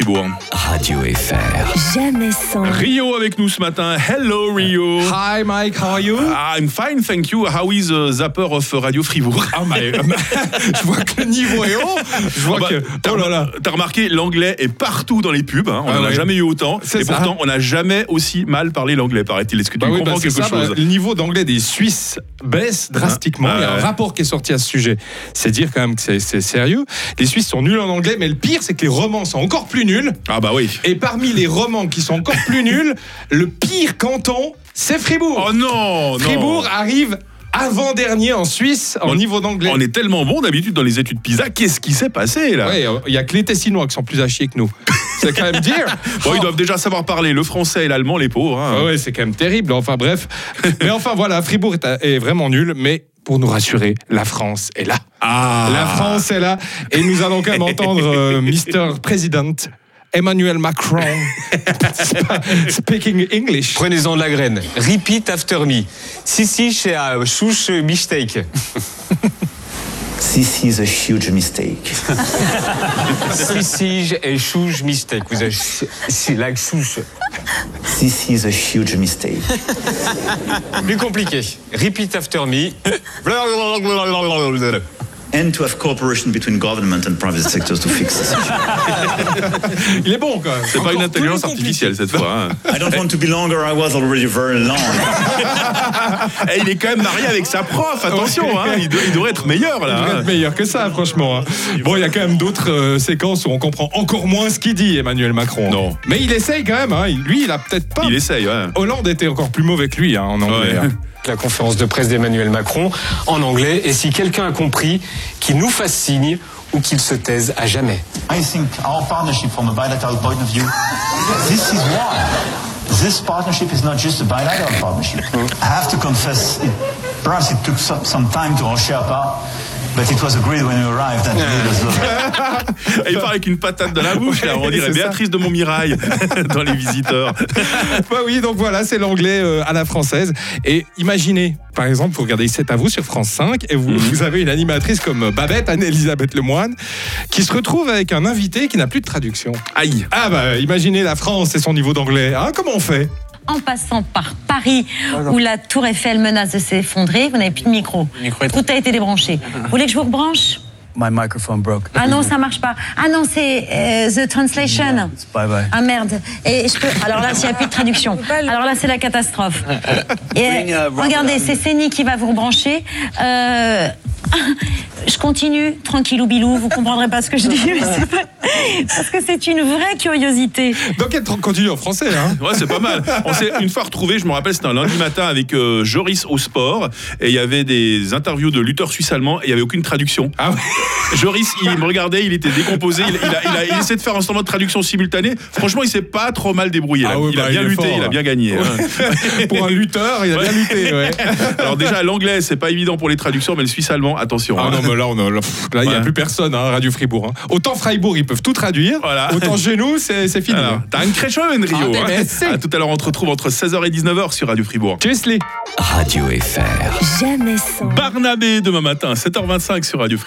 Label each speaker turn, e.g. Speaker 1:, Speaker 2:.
Speaker 1: Fribourg.
Speaker 2: Radio FR.
Speaker 3: Jamais sans.
Speaker 1: Rio avec nous ce matin. Hello Rio.
Speaker 4: Hi Mike, how are you?
Speaker 1: I'm fine, thank you. How is the zapper of Radio Fribourg
Speaker 4: Ah, mais, je vois que le niveau est haut. Je vois
Speaker 1: Ah bah,
Speaker 4: que.
Speaker 1: t'as
Speaker 4: Oh là là.
Speaker 1: remar- T'as remarqué, l'anglais est partout dans les pubs. hein. On
Speaker 4: Ah
Speaker 1: n'en a
Speaker 4: ouais.
Speaker 1: jamais eu autant.
Speaker 4: C'est
Speaker 1: et
Speaker 4: ça.
Speaker 1: pourtant, on n'a jamais aussi mal parlé l'anglais, paraît-il. Est-ce que tu
Speaker 4: Bah oui,
Speaker 1: comprends
Speaker 4: bah, c'est
Speaker 1: quelque
Speaker 4: ça, bah,
Speaker 1: chose
Speaker 4: le niveau d'anglais des Suisses baisse drastiquement.
Speaker 1: Ah,
Speaker 4: Il y a
Speaker 1: ouais.
Speaker 4: un rapport qui est sorti à ce sujet. C'est dire quand même que c'est- c'est sérieux. Les Suisses sont nuls en anglais, mais le pire, c'est que les romans sont encore plus nuls.
Speaker 1: Ah bah oui.
Speaker 4: Et parmi les romans qui sont encore plus nuls, le pire canton, c'est Fribourg.
Speaker 1: Oh non, non.
Speaker 4: Fribourg arrive avant-dernier en Suisse en
Speaker 1: On-
Speaker 4: niveau d'anglais.
Speaker 1: On est tellement bon d'habitude dans les études PISA. Qu'est-ce qui s'est passé là
Speaker 4: Ouais, il y a que les Tessinois qui sont plus à chier que nous. C'est quand même dire.
Speaker 1: Bon, ils
Speaker 4: Oh.
Speaker 1: doivent déjà savoir parler le français et l'allemand, les pauvres. hein.
Speaker 4: Ah ouais, c'est quand même terrible. Enfin bref. Mais enfin voilà, Fribourg est, à- est vraiment nul. Mais pour nous rassurer, la France est là.
Speaker 1: Ah.
Speaker 4: La France est là. Et nous allons quand même entendre euh, Mr. President Emmanuel Macron sp- speaking English.
Speaker 5: Prenez-en de la graine. Repeat after me. Si, si, c'est un souche mistake.
Speaker 6: This is a huge mistake.
Speaker 5: Si, si, et chouche mistake. Vous avez c'est la souche.
Speaker 6: This is a huge mistake.
Speaker 5: Plus compliqué. Repeat after me.
Speaker 6: And to have cooperation between government and private sectors to fix this. issue.
Speaker 4: Il est bon quand même.
Speaker 1: C'est pas une intelligence artificielle cette fois. hein.
Speaker 6: I don't want to be longer, I was already very long.
Speaker 1: Eh, il est quand même marié avec sa prof, attention, hein, il, doit- il devrait être meilleur
Speaker 4: Il devrait
Speaker 1: là. hein.
Speaker 4: être meilleur que ça, franchement. hein. Bon, il y a quand même d'autres euh, séquences où on comprend encore moins ce qu'il dit, Emmanuel Macron.
Speaker 1: Non.
Speaker 4: Mais il essaye quand même. hein. Il- Lui, il a peut-être pas.
Speaker 1: Il essaye, ouais.
Speaker 4: Hollande était encore plus mauvais que lui hein, en anglais.
Speaker 1: Ouais.
Speaker 4: hein.
Speaker 5: La conférence de presse d'Emmanuel Macron en anglais. Et si quelqu'un a compris, qu'il nous fasse signe ou qu'il se taise à jamais.
Speaker 7: I think our partnership from a bilateral point of view, this is why. This partnership is not just a bilateral partnership. I have to confess, it, perhaps it took some, some time to all share part, but it was agreed when we arrived that we did as well.
Speaker 1: Et il part avec une patate dans la bouche, là. on
Speaker 4: Ouais,
Speaker 1: dirait
Speaker 4: c'est ça.
Speaker 1: Béatrice de Montmirail dans Les Visiteurs.
Speaker 4: Bah oui, donc voilà, c'est l'anglais euh, à la française. Et imaginez, par exemple, vous regardez 7 à vous sur France 5 et vous, vous avez une animatrice comme euh, Babette, Anne-Elisabeth Lemoine, qui se retrouve avec un invité qui n'a plus de traduction.
Speaker 1: Aïe
Speaker 4: Ah bah, imaginez la France et son niveau d'anglais. Hein, comment on fait
Speaker 8: en passant par Paris, où la tour Eiffel menace de s'effondrer, vous n'avez plus de micro. Tout a été débranché. Vous voulez que je vous rebranche
Speaker 9: My microphone broke.
Speaker 8: Ah non, ça marche pas. Ah non, c'est euh, The Translation.
Speaker 9: Bye bye.
Speaker 8: Ah merde. Et je peux... Alors là, s'il n'y a plus de traduction. Alors là, c'est la catastrophe. Et, euh, regardez, c'est Céni qui va vous rebrancher. Euh, Je continue, tranquillou bilou, vous comprendrez pas ce que je dis, mais c'est pas- parce que c'est une vraie curiosité.
Speaker 4: Donc elle continue en français. Hein.
Speaker 1: Ouais, c'est pas mal. On s'est une fois retrouvé, je me rappelle, c'était un lundi matin avec euh, Joris au sport, et il y avait des interviews de lutteurs suisse allemands, et il n'y avait aucune traduction.
Speaker 4: Ah ouais.
Speaker 1: Joris, il me regardait, il était décomposé, il, il a, il a- il essayait de faire un semblant de traduction simultanée. Franchement, il s'est pas trop mal débrouillé. là.
Speaker 4: Ah ouais,
Speaker 1: il a
Speaker 4: bah,
Speaker 1: bien
Speaker 4: il est
Speaker 1: lutté,
Speaker 4: fort,
Speaker 1: il a
Speaker 4: là.
Speaker 1: bien gagné. hein.
Speaker 4: Pour un lutteur, il a bien lutté. Ouais.
Speaker 1: Alors déjà l'anglais c'est pas évident pour les traductions mais le suisse allemand attention.
Speaker 4: Ah
Speaker 1: hein.
Speaker 4: non, mais là, on a- là, pff, là, il n'y a
Speaker 1: Ouais.
Speaker 4: plus personne, hein, Radio Fribourg. hein. Autant Freiburg, ils peuvent tout traduire.
Speaker 1: Voilà.
Speaker 4: Autant chez nous, c'est c'est fini.
Speaker 1: Alors, hein. t'as un crèche Rio.
Speaker 4: Ah, mais c'est-
Speaker 1: hein. À tout à l'heure on te retrouve entre 16h et 19h sur Radio Fribourg.
Speaker 4: Tschüss, les-
Speaker 2: Radio FR.
Speaker 3: Jamais sans.
Speaker 1: Barnabé demain matin 7h25 sur Radio Fribourg.